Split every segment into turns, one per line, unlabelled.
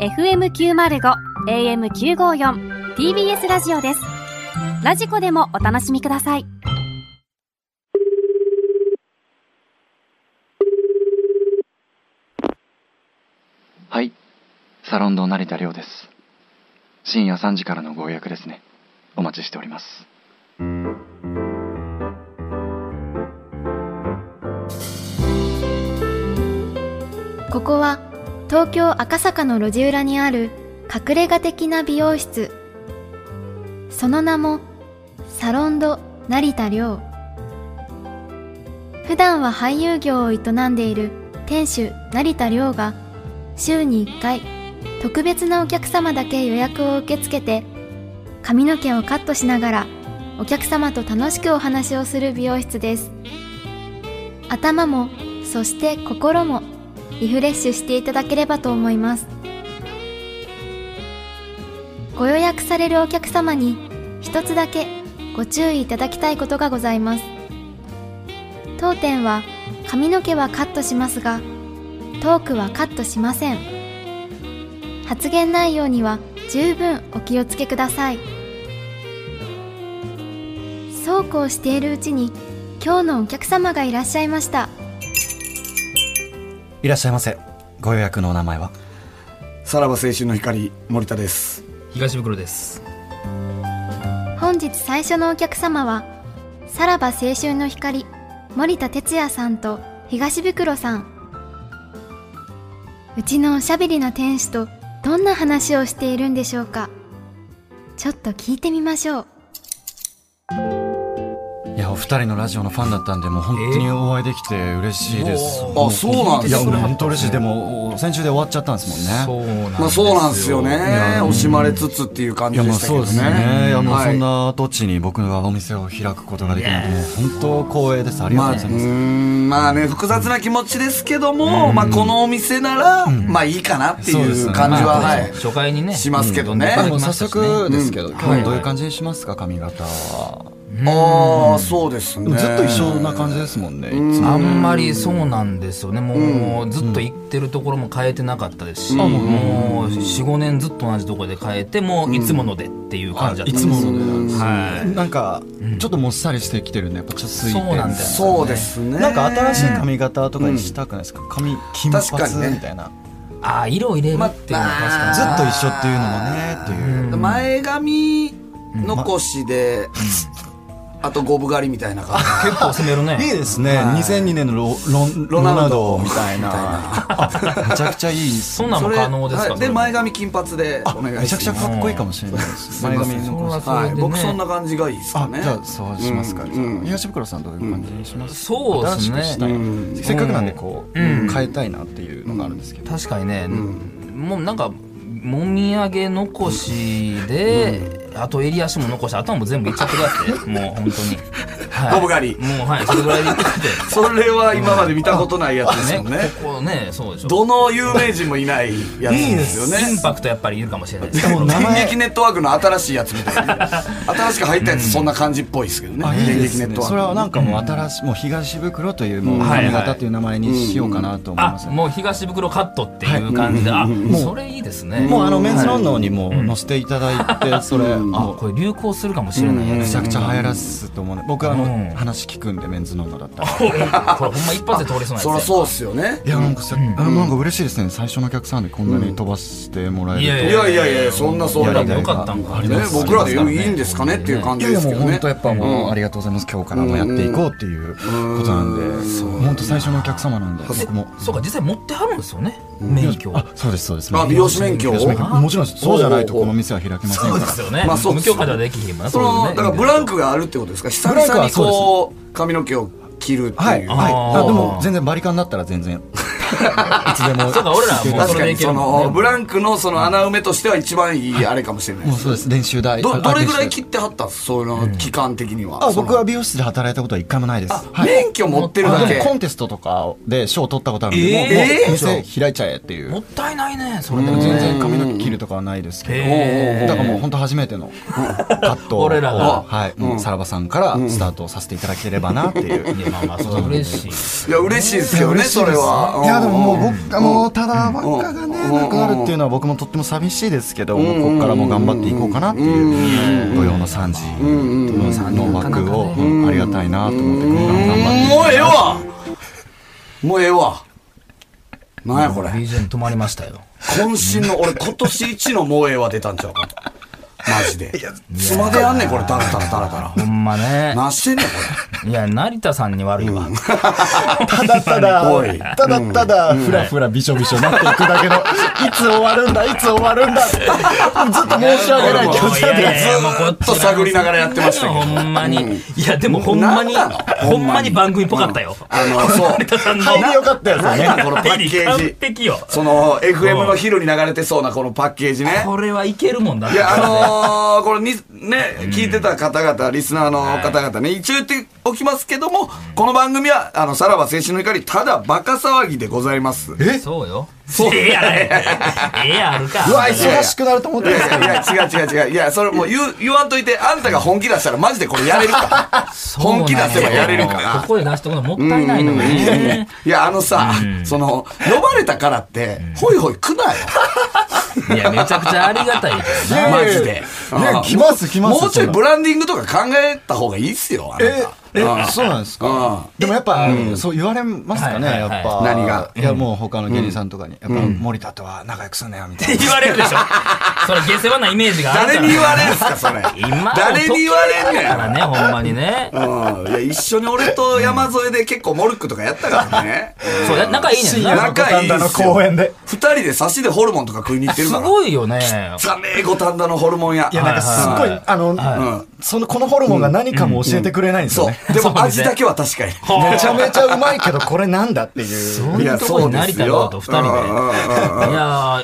FM905 AM954 TBS ラジオですラジコでもお楽しみください
はいサロンド成田凌です深夜3時からのご予約ですねお待ちしております
ここは東京赤坂の路地裏にある隠れ家的な美容室その名もサロンド成田凌普段は俳優業を営んでいる店主成田凌が週に1回特別なお客様だけ予約を受け付けて髪の毛をカットしながらお客様と楽しくお話をする美容室です頭もそして心もリフレッシュしていただければと思いますご予約されるお客様に一つだけご注意いただきたいことがございます当店は髪の毛はカットしますがトークはカットしません発言内容には十分お気をつけくださいそうこうしているうちに今日のお客様がいらっしゃいました
いらっしゃいませご予約のお名前は
さらば青春の光森田です
東袋です
本日最初のお客様はさらば青春の光森田哲也さんと東袋さんうちのおしゃべりな店主とどんな話をしているんでしょうかちょっと聞いてみましょう
いやお二人のラジオのファンだったんでもう本当にお会いできて嬉しいです、
おー
も
あそうなん
い
です
やも
ね
う本当嬉しいでも先週で終わっちゃったんですもんね
うなん
まあそうなんですよね
うん
惜しまれつつっていう感
い
じ
や
で
まあ
したけ
そう
ど
ですね
ね
いやもう
は
そ
い
んな土地に僕がお店を開くことができるなんてもう本当光栄ですありが
ま
とう
あ、う
ございま
ー
す、
んまあね複雑な気持ちですけども、まあ、このお店なら、まあいいかなって
そう
い
です
う
ね
感じ
ま
は、
あ
はい、
初回にね
しますけどね
うん
もう早速ですけど、
うん
今日どういう感じにしますか髪型は、
ああそうですね
でもずっと一緒な感じですもんねいつも
あんまりそうなんですよねもうずっと行ってるところも変えてなかったですし、もう45年ずっと同じところで変えてもういつものでっていう感じだったんです、
あいつものでなん
ではい
なんかちょっともっさりしてきてるんでやっぱちょっとついて
そうなんです
そうですね
なんか新しい髪型とかにしたくないですか、髪金髪
確かにね
みたいな、
ああ色を入れるっていうのは確かに、
まあ
ずっと一緒っていうのもねという、
前髪残しで、あと五分刈りみたいな感 じ
結構攻めるね
いいですね、2002年のロロンロ
ロ
ナ
ナ
ウ
ウ
ド
ド
みたいなあめちゃくちゃいいです
そんなんも可能ですか
はいで前髪金髪でお願いします
めちゃくちゃかっこいいかもしれないです前髪
それ
の
はそれ
は
で
い、
ね
僕そんな感じがいいですか
あ
ね
じゃあそうしますか、
うん
じゃあ
うん
東袋さんどういう感じにします
そうです
新
ね
しくしたいな、
うん
せっかくなんでこう、
うん
変えたいなっていうのがあるんですけど、
確かにね、もうなんかもみあげ残しで、あと襟足も残して頭も全部いっちゃってくださいもう本当にはい
ボブ狩り
もうはいそれぐらいでいって
それは今まで見たことないやつですもん
ね
ね
ここねそうでしょ
どの有名人もいないやつですよね
インパクトやっぱりいるかもしれないです
も名前
電撃ネットワークの新しいやつみたいな新しく入ったやつそんな感じっぽいですけどね
あいい
電
で
撃ネ
す
ッ
ね
トワ
それ
ー
はなんかもう新しいもう東袋というもう髪型という名前にしようかなと思いま
あ
す、
もう東袋カットっていう感じで、あもうそれいいですね
もうあ
あ
のメンズノンノにも載せていただいて、それ、あ
これ流行するかもしれないや
め
つ、
ちゃくちゃ流行らすと思うね僕あの、
うん
話聞くんでメンズノンノだったら
これほんま一発で通りそ
ク
うな
そりゃ
やつ
そうっすよね
いやなんかさ、あなんか嬉しいですね最初のお客さんでこんなに飛ばしてもらえると、
いや
いやいやいやそんなそ
や
う
いや
だ
いやよかったんかありが
ね
とうございます
僕らでいいんですかねっていう感
いや
じ
い
で
や
す
も
け
う
どね
本当やっぱもうありがとうございます今日からもやっていこうっていうことなんで、本当最初のお客様なんで、僕も
そうか実際持ってはるんですよね免許を
あそうですそうです
あ美容師免許
美容師
あ
もちろんそうじゃないとこの店は開けませんから
そうですよね、
まあそうっ
無
す
許可ではできひんもんな
そ
そう
の
い
だ
うね
からブランクがあるってことですか久
ブランク
々
は
に
そうです
こう髪の毛を切るって
はい
いう
はい
あ
あ
ー
でも全然バリカンだったら全 然いつでも
そうか俺らはもう
確
それ
か
でい
に
け
そ
るも
の
ん
ブ
ね
ランクのその穴埋めとしては一番いいあれかもしれないで
もう
す
そうです練習台
ど
あ
どれぐらい
練習
切ってはったんですその期間的には
あ
その
僕は美容室で働いたことは一回もないですはい
免許持ってるだ
あで
け
もコンテストとかで賞を取ったことあるんで、もう
え
ー
もう店開いちゃえっていう
もったいないねそれでも
全
全然
然髪の毛切るとかはないですけど、
へー
だからもう本当初めてのカットを
俺らが
はいもうさらばさんからスタートさせていただければなっていう、
いやまあまあそれは嬉しい
いや嬉しいですよね
嬉しい
そ
です
れはい
やでももう僕はもうただ若がね、えなくなるっていうのは僕もとっても寂しいですけど、
うん
ここからも頑張っていこうかなっていう、
うん
土曜の3時
うんうん
の枠を、ありがたいなと思って、今後も頑張って。
もうええわもうええわなんやこれ
BGM 止まりましたよ
渾身の俺今年一のもうええわ出たんちゃうかマジでつまでやんねんこれタラタラタラタ
ほんまね
ラなしてんねん
いや成田さんに悪いわ、
ただた
おい
だ、ただただ、ふらふらびしょびしょなっていくだけの、いつ終わるんだ、いつ終わるんだって、ずっと申し訳 ない気持ちだっ
いやい
た
やいやもうこ
ずーっと探りながらやってましたけど
ほんまに、いやでもほんまに
なんなの
ほんまに番組っぽかったよ、
あのそう
成田さんの
入りよかったですよ
何
ね。
やこのパッケー
完
ジ
璧よ
その FM の昼に流れてそうなこのパッケージね
これはいけるもんだ
いや、あのー、これに、ね、聞いてた方々、リスナーの方々ね、一応言っておきますけども、この番組は、あの、さらば青春の怒り、ただバカ騒ぎでございます。
えそうよええ やないええやあるか
うわ、忙しくなると思っ
い
たんですけ
や
ど
い。や、違う違う違う。いや、それもう言う、言わんといて、あんたが本気出したらマジでこれやれるから。
そうなんよ
本気出せばやれるから
ここで出しとくのもったいないのよね
いや、あのさ、その、呼ばれたからって、ほいほい来なよ。
いやめちゃくちゃありがたいけ
い
どな
や
マ
いやいや
ジで。
いや来ます来ます
もうちょ
そ
い
んな
ブランディングとか考えた方がいいっすよ、あな
え
た。
えそうなんですかでもやっぱ、そう言われますかね、
はい
や
はい
っ
はい
ぱ
何が
いやもう他の芸人さんとかに、やっぱ森田とは仲良くすんなよみたいな、
言われるでしょそれ下世話なイメージがある
誰
から
に言われんすか、それ。
今
誰に言われんねん
だからねほんまにね
うんいや、一緒に俺と山添で結構モルックとかやったからね。
そうや仲いいねん
や
な
仲いいっす
五
よ
反田の公園で
二人で差しでホルモンとか食いに行ってる
す
から。
ごいよね
ザメー五反田のホルモン屋。
いやなんかすっごい、
はい
あの、そのこのホルモンが何かも教えてくれないんですよ
そ
ね、
う。で
そう
も
ね
味だけは確 かに。
めちゃめちゃうまいけどこれなんだっていう
こんなとこに成田亮と二人で
うんうんうんうん
いや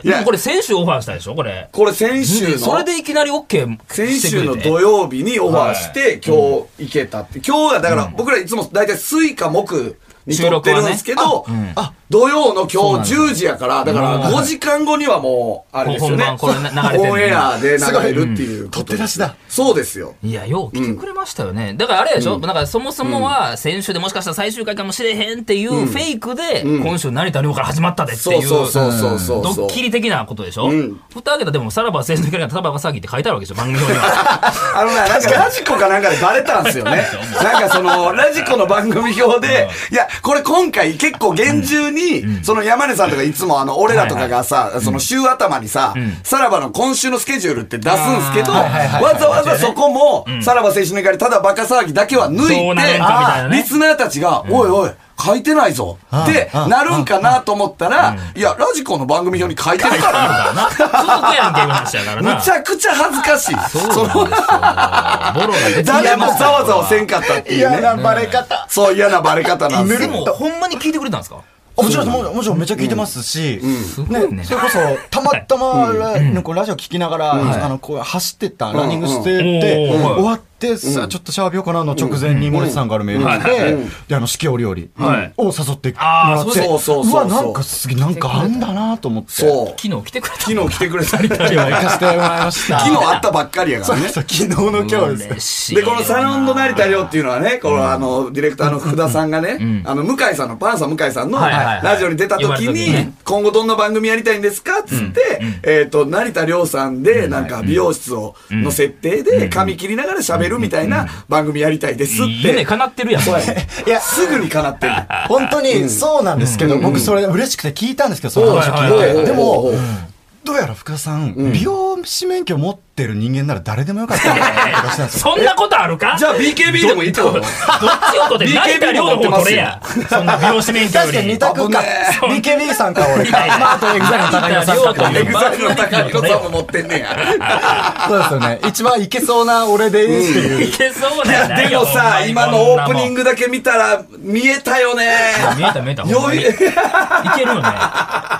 ー
いや
でもこれ先週オファーしたでしょこれ
これ先週の、
それでいきなり OK
先週の
曜
土曜日にオファーして、今日行けたって。今日はだから僕らいつも大体水か木に撮ってるんですけど、あ土曜の今日10時やから、だから5時間後にはもう、あれですよね。
本番これな流れてる
オンエアで流れるっていうこと
取って出しだ。
そうですよ。
いや、よう来てくれましたよね。だからあれでしょ、だからそもそもは、先週でもしかしたら最終回かもしれへんっていうフェイクで、今週成田凌から始まったでって
そ
いうう、
そうそうそうそう。
ドッキリ的なことでしょ、蓋開けたらでも、さらば青春の光がただバカ騒ぎって書いてあるわけでしょ番組表に は。
あのね、なんかラジコかなんかでバレたんですよ ね。なんかその、ラジコの番組表で、いや、これ今回結構厳重に、その山根さんとかいつもあの、俺らとかがさ、その週頭にさ、さらばの今週のスケジュールって出すんですけど、
あーはいはいはいはい
わざわざそこも、さらば青春の怒りただバカ騒ぎだけは抜い
どうなるんかみたいな
て、リ
ね
スナーたちが、おいおい、書いてないぞってなるんかなと思ったら、いや、ラジコの番組表に書いてないから、
続くやんけ、いう話やから
む
な。
ちゃくちゃ恥ずかしい。
そうなんですよ。ボロが出てきました
誰もざわざわせんかったっていう
嫌
ね。
なバレ方、
そう、嫌なバレ方なんです
で
よ。
も、ほんまに聞いてくれたんですか
もちろんもちろんもちろんめっちゃ聞いてますし、
ごいね
それこそたまたまラ,、こうラジオ聞きながら、あのこう走ってったランニングしてて、
うんうん
終わって、さあちょっとシャワー病かなの直前に森田さんからメール来て、であの四季折々を
はい
誘っても
あー
らって、
そうそうそうそう
わなんかすげえなんかあんだなと思って
そう。
昨日来てくれた
昨日来てくれた。
成田凌
行かせてもらいました
昨日会ったばっかりやからね。
そう昨日の今日です
嬉しいよ
で、このサウンド成田亮っていうのはね、このあの、ディレクターの福田さんがね、あの、向井さんの、パンサー向井さんの
はいはいはい
ラジオに出た
呼ばれ
時
た時
に
ね、
今後どんな番組やりたいんですかっつって、えっと、成田亮さんで、なんか美容室を、の設定で髪切りながら喋るみたいな番組やりたいですっ
夢
て。
叶ってるやん。
そうや
そ
ね
いや
すぐに叶ってる。
本当にそうなんですけど、僕それ嬉しくて聞いたんですけど、その話を
おうおうおう
聞いて。でも
おうおうおう、
どうやら福田さん、美容師免許持ってる人間なら誰でもよかったんだなって気がしたんですよ。
んなことあるか
じゃあ BKB でもいいってこと
どっちを取って成田凌の方取れや。そんな美容師免許よ
確かに
り
二。択か。BKB さんか俺か。まあ、あとエグザイルの高木さんかってい
エ
う
グザイルの高いさんも持ってんねや。
そうですよね。一番いけそうな俺でいいっていう。
いけそう
い
だよ。
やでもさ、今のオープニン
グ。
グだけ見たら、見えたよね。
見えた見えた。ほんま
よ
に
い
いけるよね。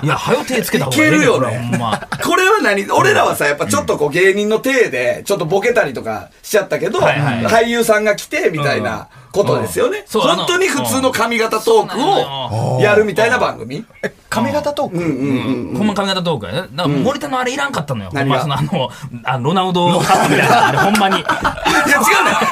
いや、はよ手つけた方がいい。
いけるよね
これほんま。
これは何俺らはさ、やっぱちょっとこう芸人の体で、ちょっとボケたりとかしちゃったけど、
はいはい
俳優さんが来て、みたいな。ことですよね。
そうあの
本当に普通の髪型トークをやるみたいな番組。
髪型トーク、
ほんま髪型トークやね。だから森田のあれいらんかったのよ。ほん
何が
まそのあの、あロナウドカップみたいなあれほんまに。
い や違うね。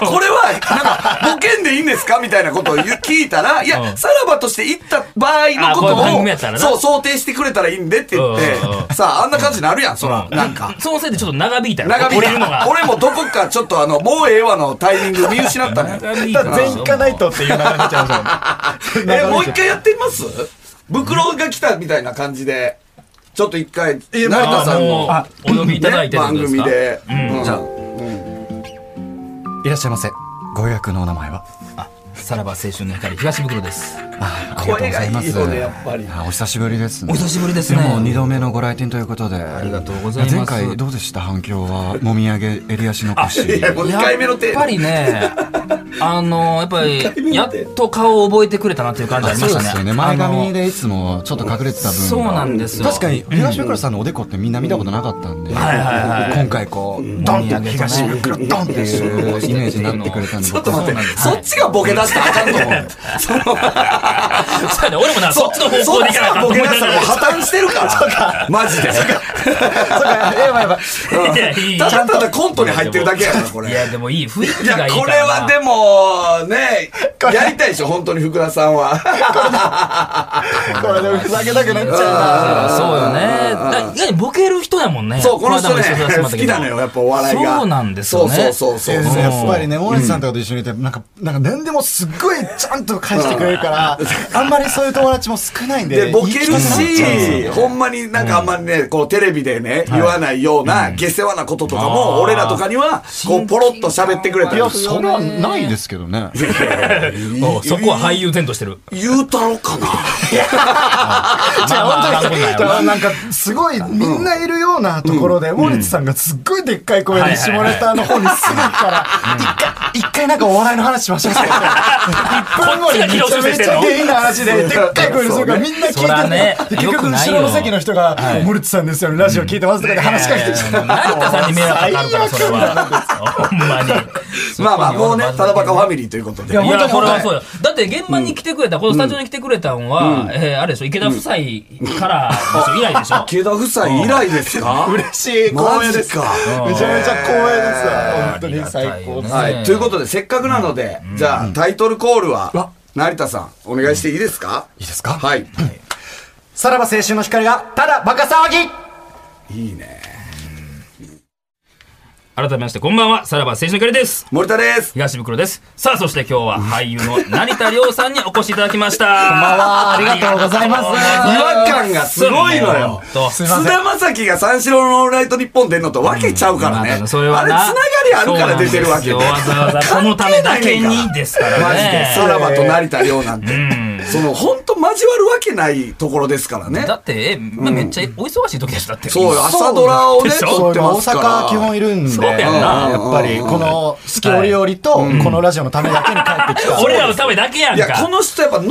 これは、なんか、ボケんでいいんですかみたいなことを言う聞いたら、いや、さらばとして行った場合のこ
あこういう番組やった
とを、
らな
そう、想定してくれたらいいんでって言っ
うんうんう
て、さあ、あんな感じになるやん、 そら。なんか。
そのせいでちょっと長引いたよ。
長引い
折れるの
た
が。
俺もどこかちょっとあの、もうええわのタイミング見失ったね。
長引い
だ
た
か
な
ら全員行かないとっていう流れになっちゃうじゃん
え、もう一回やってみます袋が来たみたいな感じで、ちょっと一回、成
あ
田さん
もう
の、
あ
お呼びいただいて
ね
るん
番
です
組
か。
で。
うん
うん
じゃ
いらっしゃいませご予約のお名前は
あさらば青春の光東袋です。
あありがとう
声
ござ
がい
います
いよね、やっぱり。
あお久しぶりですね
お久しぶりですね
いやもう二度目のご来店ということであ
りがとうございます
前回どうでした反響はもみあげ襟足の腰
いやもう二回目の手
やっぱ りね、あのやっぱりやっと顔を覚えてくれたなっていう感じありま
そう
した
で
ね。
すよね前髪でいつもちょっと隠れてた分が
そうなんですよ
確かに東袋さんのおでこってみんな見たことなかったんで、
はいはいはい
今回こうドンって東袋ドンっていうイメージになってくれたんで
ちょっと待って、
そう
そっちがボケ出したらあかんと思う。その
あの そうやね俺もな、そっちの方向でいかなあかん
ボ
と思
ケ
い
出
な
したら
が
もう
ら。
破綻してるから。マジで。
そうかやばいやばい
いやいい
ただただコントに入ってるだけやから、これ。
いや、でもいい、雰囲気
いや
がいいからな。
これはでもねやりたいでしょ本当に福田さんは
これでもふざけたくなっちゃうな
そうよね。だ意外にボケる人やもんね。
そうこの人ね
この間も一緒にさせてもら
好
ったけ
き
ど
なのよやっぱお笑いが
そうなんですよね。
そうそうそうそう
うん
やっぱりね、大西さんとかと一緒にいて、なんか、なんか何でもすっごいちゃんと返してくれるから、あんまりそういう友達も少ないんで。
でボ
い
ケる
い人になっちゃうんですよ
しほんまになんかあんまりねこうテレビでね言わないような下世話なこととかも俺らとかにはこうポロッと喋ってくれた
い
り
やそれはないですけどね
おそこは俳優前としてる。
言うたろかな
じゃあ、本当に、
まあまあ
だからなんか、すごい、みんないるようなところで、モリツさんがすっごいでっかい声
うん
で、下ネタの方にすぐ行くから、一回、一回なんかお笑いの話しましょう。一分後にめちゃめちゃ芸な話 で、でっかい声でするから、みんな聞いて
そらね
るで結
よ
局、
くない
後
よ
ろの席の人が、モリツさんですよね、ラジオ聞いてますとかで話しかけてき
成田さんに迷惑かかるから、それは。ほんまに。
まあまあもうねただバカファミリーということで
いや、これはそう
う
よ。だって現場に来てくれた、このスタジオに来てくれたのは、えーあれでしょ、池田夫妻からでしょ、以来でしょ。
池田夫妻以来です か
嬉しい、
マ
光栄
ジ
です。
か
め ちゃめちゃ光栄ですわ。
あ
本当に最
りがたい
高
よね
です。
はいということでせっかくなのでじゃあタイトルコールは成田さんお願いしていいですか
いいですか
はい
さらば青春の光が、ただバカ騒ぎ
いいね
改めまして、こんばんは、さらば青春の光です。
森田です
東袋です。さあ、そして今日は俳優の成田凌さんにお越しいただきました。こんばん
はありがとうございます
違和感がすごいのよ。
すいません
菅田将暉が三四郎のオールナイトニッポン出んのと分けちゃうからね。あ
まあ
れ、つ
それ
なが
は
り
な
あるから出てるわけで。
そうなんですよわざわざこのためだけにですからね
マジで、 さらばと成田凌なんて。その、ほんと交わるわけないところですからね
だ。って、えまあ、めっちゃお忙しい時でしたって。
そうよ、
そう
朝ドラをね、
でしょ
撮って
今
ま
大
すから。
阪基本いるんで、
そうやんな
やっぱりこの四季折々と、このラジオのためだけに帰ってきた。
俺らのためだけやん
い
か。
や、この人やっぱノリ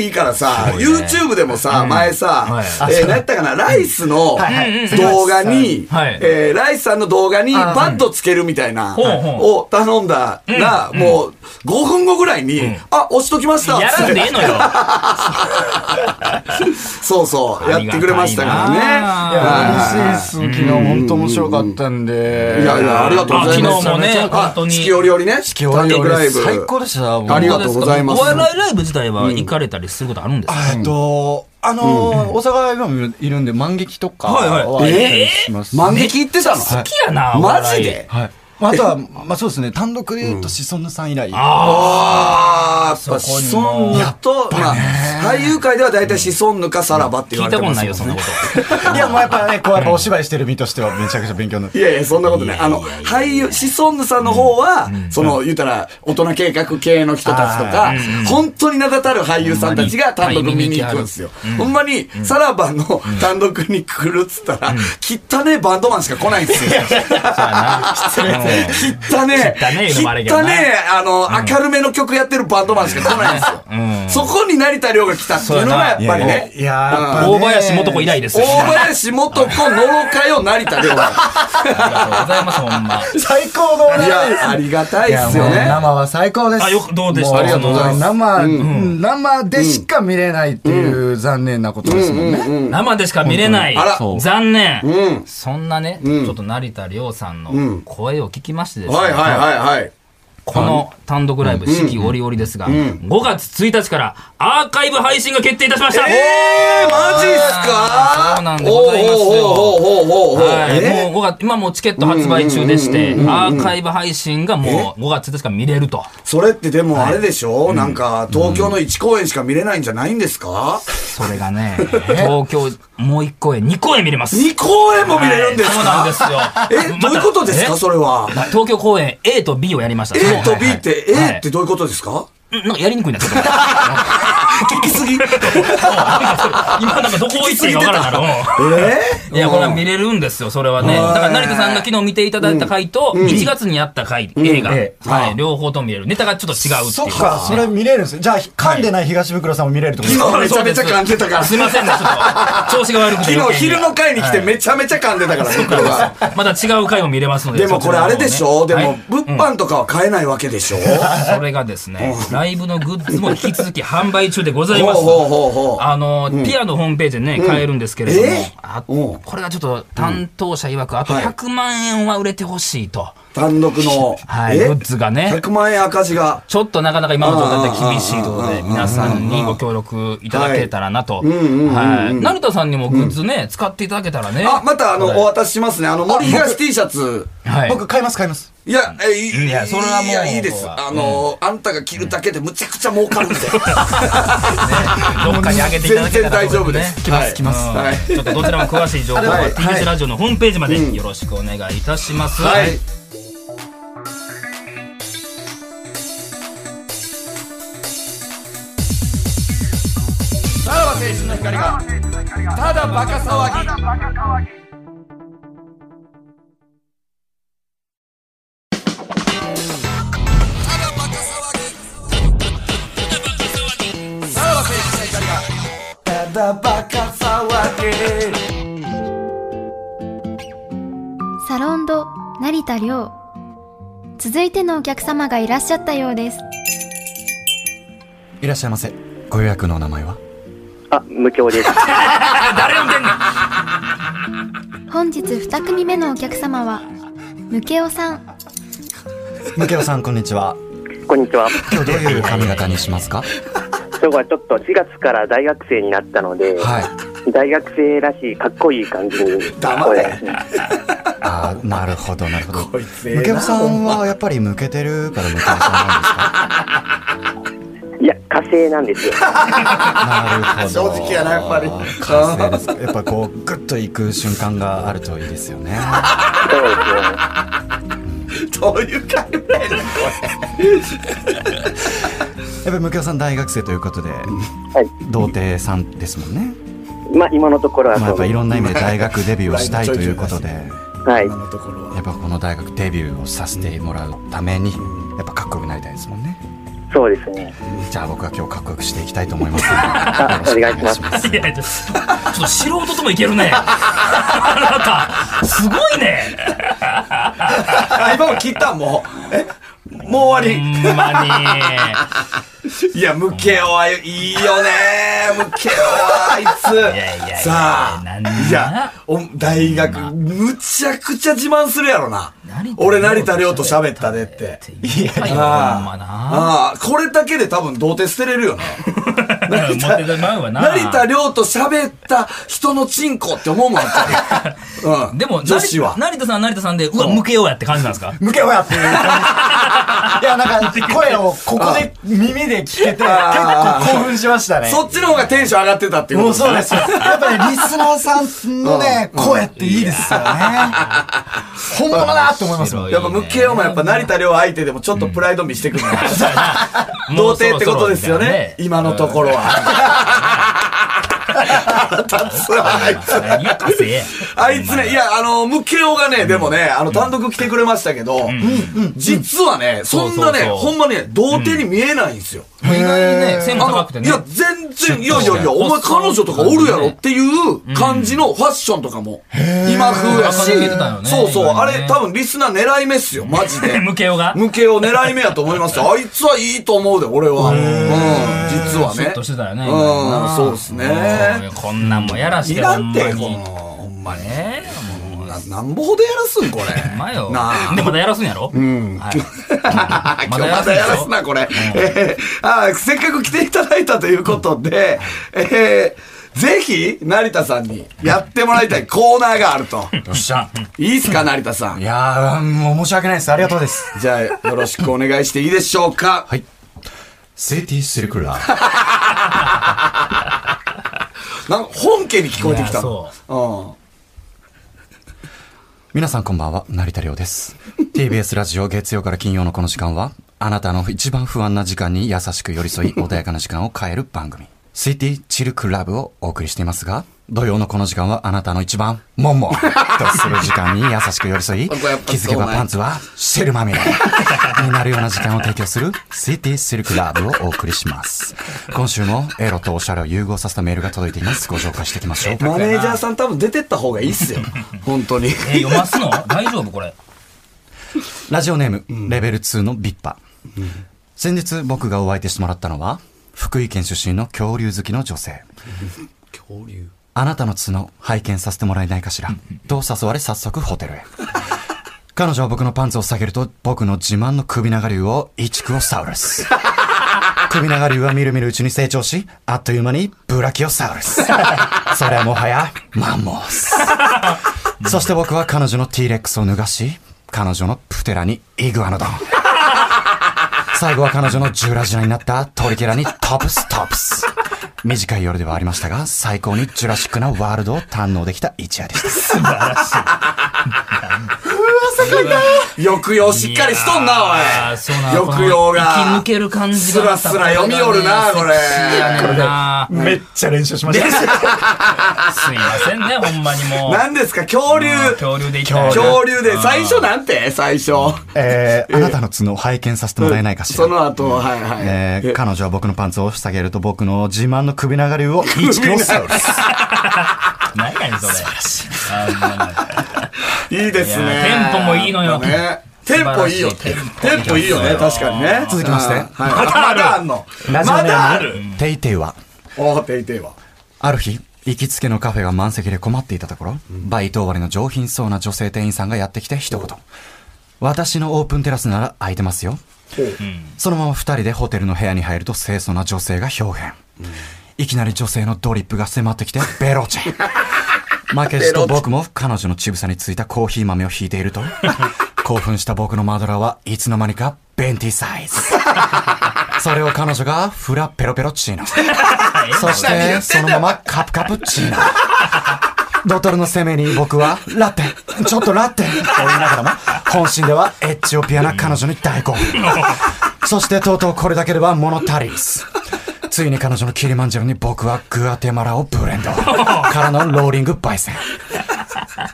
がいいからさ、
そうね
YouTube でもさ、前さ
はい、
えー何やったかな、ライスの
はいはい
動画に
はい、
えーライスさんの動画に
あ
パッドつけるみたいな、
ほうほう
を頼んだら、もう5分後ぐらいに、あ、押しときました
や
つっ
らんでええ
て、
のよ。
そうそう、やってくれましたからね。
あ
いや
は
嬉しいです。昨日本当面白かったんで。
いやいや、ありがとうございます。
あ昨日もね
あ
本当に
四季折々ね、四季
四季折々
ライブ。
最高でした。
ありがとうございます
お笑いライブ自体は行かれたりすることあるんですか、
えっとあのー大阪今もいるんで万劇とか
はいはい
は行ったり
えー
します
万劇行ってたの
好きやな、お
マ
笑
ジ
い
で
はい。あとは、まあそうですね、単独で言うと、シソンヌさん以来。
あー、やっぱ
そこ
シ
に
ソン
も
ヌと、まあ、俳優界では大体シソンヌかさらばって言
聞
われ
いた
てま
こと
す
ない
よ
よ、そんなこと。
いや、もうやっぱね、こうやっぱお芝居してる身としてはめちゃくちゃ勉強になっ
いやいや、そんなことない。あの、俳優、シソンヌさんの方は、その、言うたら、大人計画系の人たちとか、本当に名だたる俳優さんたちが単独見に行くんですよ。ほんまに、さらばの単独に来るっつったら、きったねえバンドマンしか来ないんですよ。
てる。
切ったね。
切ったねいうのもあれや
切
けど
った
な
ねあの、明るめの曲やってるバンドマンしか来ないんですよ。
うん
そこに成田凌が来たっていうのがやっぱりね。
いやーやっぱね
大林素子以来ですよ。
大林元子、野呂佳代、成田凌。
ありがとうございます、ほんま。
最高の
い
い
や、ありがたいですよ
いやもう
ね。
生は最高です。
あよくどうでした
も
ありがとうございます
生、生でしか見れないっていう残念なことですもんね。
生でしか見れない
あら。
残念。
うん。
そんなね、ちょっと成田凌さんの声を聞きましてですね、
はいはいはいはい。
この単独ライブ、四季折々ですが、5月1日からアーカイブ配信が決定いたしました、
えー、マジっすか
そうなんでございますよ
おーおーおーおーおーおー
はい、
え
もう5月、今もうチケット発売中でして、アーカイブ配信がもう5月1日から見れると。
それってでもあれでしょ、なんか、東京の1公演しか見れないんじゃないんですか、
それが ね、東京、もう1公演、2公演見れます。
二 ?2 公演も見れるんですか、
はいそうなんですよ。
え、どういうことですか
また
それは。
え東京公演 A と B をやりました。
A と B
はい
って、
はい
A ってどういうことですか、
はいうんなんかやりにくいな、ちょっと。
聞きす ぎえ
今なんかどこ行っていいかわからん からうん。
ー
いや、これは見れるんですよ、それはね。だから、成田さんが昨日見ていただいた回と、1月にやった回、映画、
え
はい、両方とも見れる。ネタがちょっと違うって
そ
い
っ
う。
か、それ見れるんですよ。じゃあ、噛んでない東袋さんも見れるってことですか
今めちゃめちゃ噛んでたから。
すいませんね、ちょっと、調子が悪くて
昨
余
日
計に。
昼の会に来てめちゃめちゃ噛んでたから、僕は。
また違う回も見れますの
で
で。
もこれあれでしょ
そち
で
らの方
も
ね、
物販とかは買えないわけでしょ
はいそれがですね、ライブのグッズも引き続き販売中でござい
ほう
ます。
ほうほうほう。
あの、ピアのホームページでね、買えるんですけれども
え、
あ
うん
これがちょっと担当者曰く、あと
はい
100万円は売れてほしいと。
単独の。
はい、
え
グッズがね。
100万円赤字が。
ちょっとなかなか今の状態で厳しいということで、皆さんにご協力いただけたらなと。はい。成田さんにもグッズね、使っていただけたらね。
あ、またあの、
はい
お渡ししますね。あの、森東 T シャツ。
はい。
僕買います、買います。
いや、え、い
いやそれはもう
いや、いいです。
僕は
あの、あんたが着るだけでむちゃくちゃ儲かるんで。
どっかにあげていただ
全
け
然
たら
大
と
丈
い
夫
うこと
で
ね
す。来ます、来ます。はい。
ちょっとどちらも詳しい情報は
はい
TBS ラジオのホームページまでよろしくお願いいたします。
はい。さらば青春の光が、ただバカ騒ぎ。ただバカ騒ぎ。
サロンド成田凌続いてのお客様がいらっしゃったようです
いらっしゃいませ。ご予約のお名前は
あ、無教です。
本日2組目のお客様はムケオさん
ムケオさん、こんにちは。
こんにちは。
今日どういう髪型にしますか
今日はちょっと4月から大学生になったので、
はい。
大学生らしいかっこいい感じに
黙れ
声が
あーなるほど、なるほど。
こいつええな
ムケオさんはやっぱり抜けてるからムケオさんなんですか
いや、火星なんですよ。
なるほど。
正直やなやっぱり
完成ですかやっぱこう、グッと行く瞬間があるといいですよ ね。
そうですね。
どういう考えなの
やっぱりムケオさん大学生ということで、
い
童貞さんですもんね、
まあ今のところは
まあ、やっ
そ
ぱいろ
の、
んな意味で大学デビューをしたいということで
はい。
今のところは
やっぱこの大学デビューをさせてもらうためにやっぱかっこよくなりたいですもんね
そうですね。
じゃあ僕は今日かっこよくしていきたいと思います
あ、お願いします。
いやいやちょっと素人ともいける ね。あなた、すごいね。
あ今も切ったもうえもう終
ほ
わ
んまに。
りいやムケオはいいよねムケオはあいつ
やいやいや
さ
な
あ
んない
やお大学むちゃくちゃ自慢するやろな
成田凌と
俺成田凌と喋ったでって
いやいや、ほんまな。
ああこれだけで多分童貞捨てれるよね
持ってたまうわな。
成田凌と喋った人のチンコって思うもんあっ て、うん、
でも、
女子は
成成田さんは成田さんで、うわ、向けようやって感じなんですか
ムケオやっていう感じいやなんか声をここで耳で聞けて結
あー
構興奮しましたね
そっちの方がテンション上がってたっていう
も
こ
う
とね
そうですよやっぱりリスナーさんのね声っていいですよね本物だと思いますもん
やっぱムケオもやっぱ成田凌相手でもちょっとプライド見してくるな、 童貞ってことですよね今のところは。 腹立つわ あいつ。
言うかせえ
あいつね、いや、あの、ムケオがね、でもね、あの、単独来てくれましたけど、実はね、そんなね、
そうそうそう
ほんまね、童貞に見えないんですよ。
もう意外にね背も
あ
高くて
の、
ね
いや、全然、いやい
シュ
や
ッと
い
して
や、お前彼女とかおるやろっていう感じのファッションとかも、今風やし
明るい人だよ、ね
そうそう、
今
あ
ね。
れ多分リスナー狙い目っすよ、マジで
ムケオが
無形を狙い目やと思い ますよ。あいつはいいと思うで、俺は。うん、実は
シュ
ね
ッ。としてたよね
うん
今のな
そうっすね
こんなんもやらし
い
て
ら
ほん
ん
ま
て、この、
に
ほんまに。
ええもう
ななんぼほどやらすん、これ。
ほんまよ
なあ
でまだやらすんやろうんは い
今日またやらすな、これ。えーあーせっかく来ていただいたということで、えーぜひ、成田さんにやってもらいたい コーナーがあると。
よっしゃ
いいっすか、成田さ
い
ん。
やー、もう申し訳ないです。ありがとうです。
じゃあ、よろしくお願いしていいでしょうか。
はいセーティスルクラー。
なんか、本家に聞こえてきた
いや
の
そ。
うん。
皆さんこんばんは、成田凌です。TBS ラジオ月曜から金曜のこの時間は、あなたの一番不安な時間に優しく寄り 添い、穏やかな時間を変える番組、シティチルクラブをお送りしていますが、土曜のこの時間はあなたの一番、もんもんとする時間に優しく寄り添い、
ここやっぱ
気づけば
そうなんや
パンツはシェルまみれになるような時間を提供する、シティシルクラブをお送りします。今週もエロとオシャレを融合させたメールが届いています。ご紹介していきましょう。
マネージャーさん多分出てった方がいいっすよ。本当に。
え読ますの大丈夫これ
ラジオネーム、レベル2のビッパ、先日僕がお相手してもらったのは福井県出身の恐竜好きの女性
恐竜。
あなたの角拝見させてもらえないかしらと誘われ早速ホテルへ彼女は僕のパンツを下げると僕の自慢の首長竜をイチクオサウルス 首長竜はみるみるうちに成長しあっという間にブラキオサウルスそれはもはやマンモスそして僕は彼女の T レックスを脱がし、彼女のプテラにイグアノドン。最後は彼女のジュラジュラになったトリケラにトプストプス。短い夜ではありましたが、最高にジュラシックなワールドを堪能できた一夜でした。
素晴らしい
抑揚しっかりしとんな、おい。抑揚が。
生き抜ける感じ
スラスラ読み寄るな、これ。
な
めっちゃ練習しました。
すいませんね、ほんまにもう。
何ですか、恐竜。
恐竜でいきたい。
恐竜で、最初
な。
なんて最初。
えー、あなたの角を拝見させてもらえないかしら。
その後、はいはい。
えー彼女は僕のパンツを下げると僕の自慢の首長竜をイチクオサウルス。
何やねん、それ。
いいです
い
ね。
やテンポもいいのよ
ねテンポいいよ。
素
テ
晴らしいテンポ
ンポいいよね、確かにね。
続きまして
あーはいまだあるの。まだある。
テイテイは、
おー、ていていは。
ある日、行きつけのカフェが満席で困っていたところ、バイト終わりの上品そうな女性店員さんがやってきて一言。私のオープンテラスなら空いてますよ。そのまま二人でホテルの部屋に入ると清楚な女性が表現。いきなり女性のドリップが迫ってきてベロチェ。負けじと僕も彼女の乳房についたコーヒー豆を引いていると、興奮した僕のマドラーはいつの間にかベンティサイズ。それを彼女がフラペロペロチー ノ。そして、そのままカプカプチーノ。ドトルの攻めに僕は、ラテ、ちょっとラテ、と言いながらも、本心ではエッチオピアな彼女に大 興奮。そしてとうとうこれだけでは物足りず。ついに彼女のキリマンジャロに僕はグアテマラをブレ ンド。からのローリング焙煎。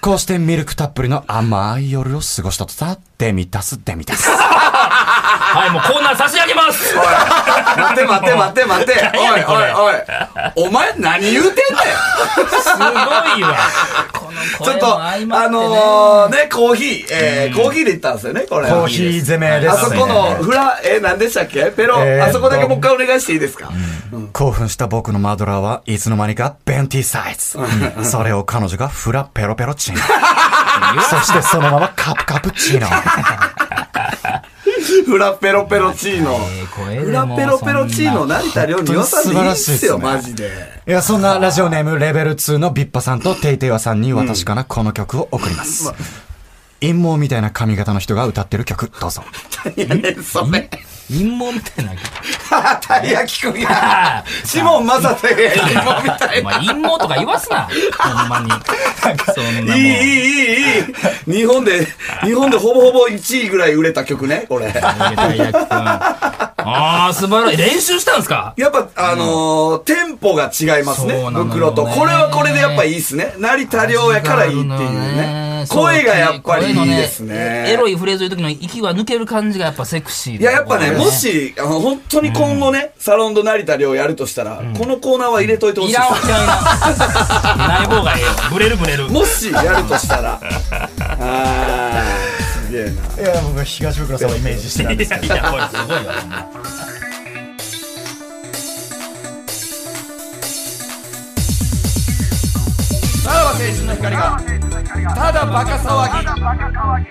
こうしてミルクたっぷりの甘い夜を過ごしたとさ、デミタスデミタス。
はい、もうコーナー差し上げます
おい、待て待て待て待て。おい
これ
おいおい。お前何言う てんだよ。
すごいわ。この
ちょ
声
っ
も
と、あ
相まってね。
のーね、コーヒー、えーコーヒーで行ったんですよね、これ。
コーヒー攻めですね。
あそこのフラ、えー、何でしたっけペロ、
えー
あそこだけもう一回お願いしていいですか、
興奮した僕のマドラーはいつの間にかベンティサイズ。それを彼女がフラペロペ ロチーノ。そしてそのままカプカプチーノ。
フラペロペロチーノ。
声
フ
で
ラ
も
ペロペロチーノ、成田凌に言わさんでいいっすよ、
本当
マ
に
ジで。
いや、そんなラジオネームレベル2のビッパさんとテイテイワさんに私からこの曲を送ります。陰謀みたいな髪型の人が歌ってる曲、どうぞ。
いやね、 それ。
陰謀みたいな。
たい焼きくんや。 シモン・マサテが今みたい
お
な。
前陰謀とか言わすな。ほんまに。そん
い、
ない
い
もん。
い、いい、いい。日本で、日本でほぼほぼ1位ぐらい売れた曲ね、これ。
大学君ああ、素晴らしい。練習したんですか
やっぱ、あのーテンポが違いますね
そうなのよね
袋とこれはこれでやっぱいいっすね成田凌やからいいっていうね声がやっぱりいいですね
エロいフレーズ言う時の息は抜ける感じがやっぱセクシー
いや、やっぱね、もし、あの、本当に今後ね、サロンド成田をやるとしたら、このコーナーは入れといてほし
い
い
らんわ
で
いらんいらんない方がええよブレるブレる
す。もし、やるとした ら。あー、すげえな。
いや僕は東袋さんをイメージしてたんですけど
いやこれすごいわほんま
さらば青春の光が、ただバカ騒ぎ。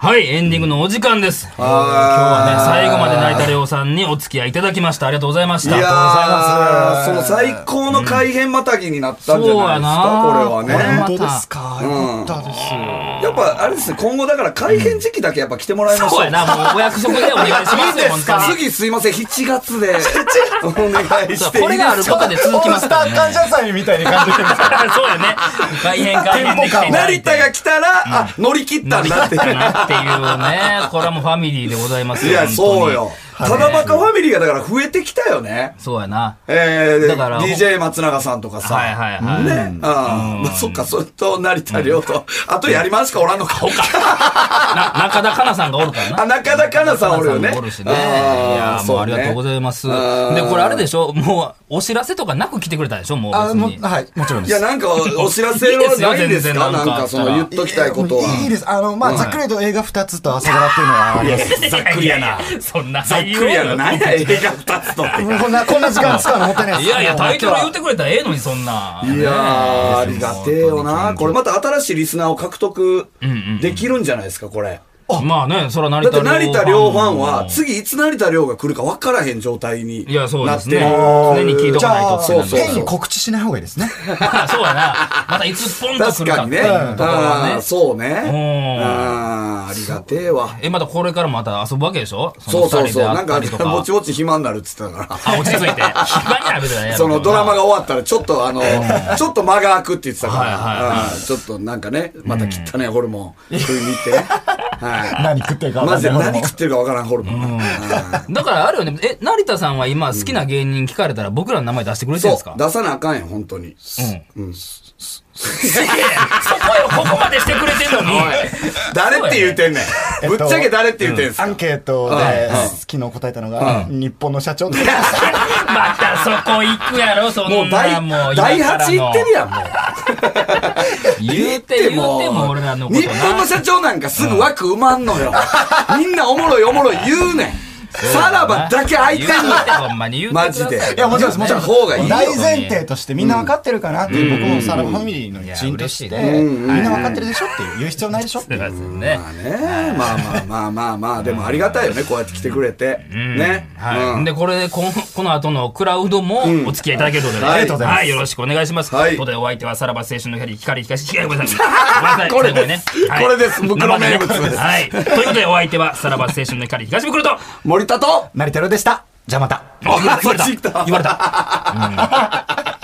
はい、エンディングのお時間です。今日はね、
は
最後まで成田凌さんにお付き合いいただきました。ありがとうございました。
いやー、
あり
そ
がとうござい
の
ます
最高の改変またぎになったんじゃ
そう
ない
や
で
な
すか、これはね。
これまた
かよかったです。
やっぱ、あれですね、今後だから改変時期だけやっぱ来てもらいましょ
そう
う
や。な、もうお役職でお願いしますよ、本当に。
次すいません、7月 で。お願い
そう
していい
これがあることで続き
オール
ます
ス
か
タ
ら
ー
ね。
感謝祭みたいに感じてるんですか
そうやね。改変改変 できていただ
成
いて
田が来たら、あ、乗り切ったんだって。
なっていうね。これはもうファミリーでございます
い
よ。
や、そうよ
本。
ただバカファミリーがだから増えてきたよね
当に。。そうやな。
え
だから
ー、DJ 松永さんとかさ。
はいはいはい。
ね。ああ、まあそっか、それと成田凌と。あとやりますかおらんのか。
な中田香菜さんがおるからな
あ、。 中田香菜さんおるよね。
おるしね。い
ああ
や、もうありがとうございます。で、これあれでしょもう、お知らせとかなく来てくれたでしょもう別
あも
に
う。はいもちろん
い
で
や、
す
なんか、お知らせはないんですか
いいですよ全然
なん
なん
か、
か
その、言っときたいことは。
いいです。あの、まあ、ざっくり言うと映画二つと朝ドラっていうのはあります。
ざっくりやな。 そんな
ざっくりやろ。何や、映画二つとって。
こんな、こんな時間使うのもったいないで
い
す。
やい や、タイトル言
は
ってくれたらええのに、そんな。
いやー、ありがてえよな。これまた新しいリスナーを獲得できるんじゃないですか、これ。
まあね、そら成
だっ
田
て
凌
成田凌ファンは、
も
次いつ成田凌が来るか分からへん状態に
いや、そう
な
で
っ
す
て
ね。
る。
常に聞いと
じ
かない
ゃ
と
あ、
ってなる。
変に告知しない方がいいですね。
そうやな。またいつポンと来
確
るか
か
っ
に
てい
ね。
うところは
あ
ね
ー。そうね。
うん
あーありがてえわ。
え、またこれからまた遊ぶわけでしょ
そうそうそう。なんか、ぼ
も
ちぼち暇になるって言ってたか
あ、落ち着いて。暇になるじゃない
ら。
やろ
そのドラマが終わったら、ちょっとあの、ちょっと間が空くって言ってたか
はいはいはい
ら、うんちょっとなんかね、また汚いホルモン、食いに行 ってね。はい。
何食ってるか分
マ
かん
ジ
な
で
い
何食ってるか分からんホルモン。
だからあるよね。え、成田さんは今好きな芸人聞かれたら僕らの名前出してくれてるん
そう
ですか、
出さなあかんよ、本当に。
そこよ、ここまでしてくれてんのに。
誰って言うてんねん。ぶっちゃけ誰って言うてんす
ア
か
ンケートで、昨日答えたのが、日本の社長って。
またそこ行くやろ、そんな
もう大、
もう
第
今から
8
の
行ってるやん、もう。
言うて、言うても俺らのこと
日本の
な。
社長なんかすぐ枠埋まんの よ。みんなおもろいおもろい言うねん。さらばだけ空いてん
言うて、
の
ほんまに言うて
マジで。
いや、もちろんです、もちろん。
言った方がいいよ。
大前提としてみんな分かってるかなっていう、僕もサラブファミリーの一員とし
いや嬉しい
て、みんな分かってるでしょっていう、言う必要ないでしょっていう。
ね。
まあね、まあまあまあまあまあ、でもありがたいよね、こうやって来てくれて。ね。
は
う
い。
ん
で、これ、こん この後のクラウドもお付き合いいただけるということで。
はいありが
とうございます
はい、よろしくお願いします。
はい
ということで、お相手はさらば青春の光、光光光、ごめんなさい。ごめんなさい。
これですこれ
最後にねはい
です袋名物です
はい。ということで、お相手はさらば青春の光、東袋と、
森田と
成田凌でしたじゃあまた
あ言われた
マジだ
言われた。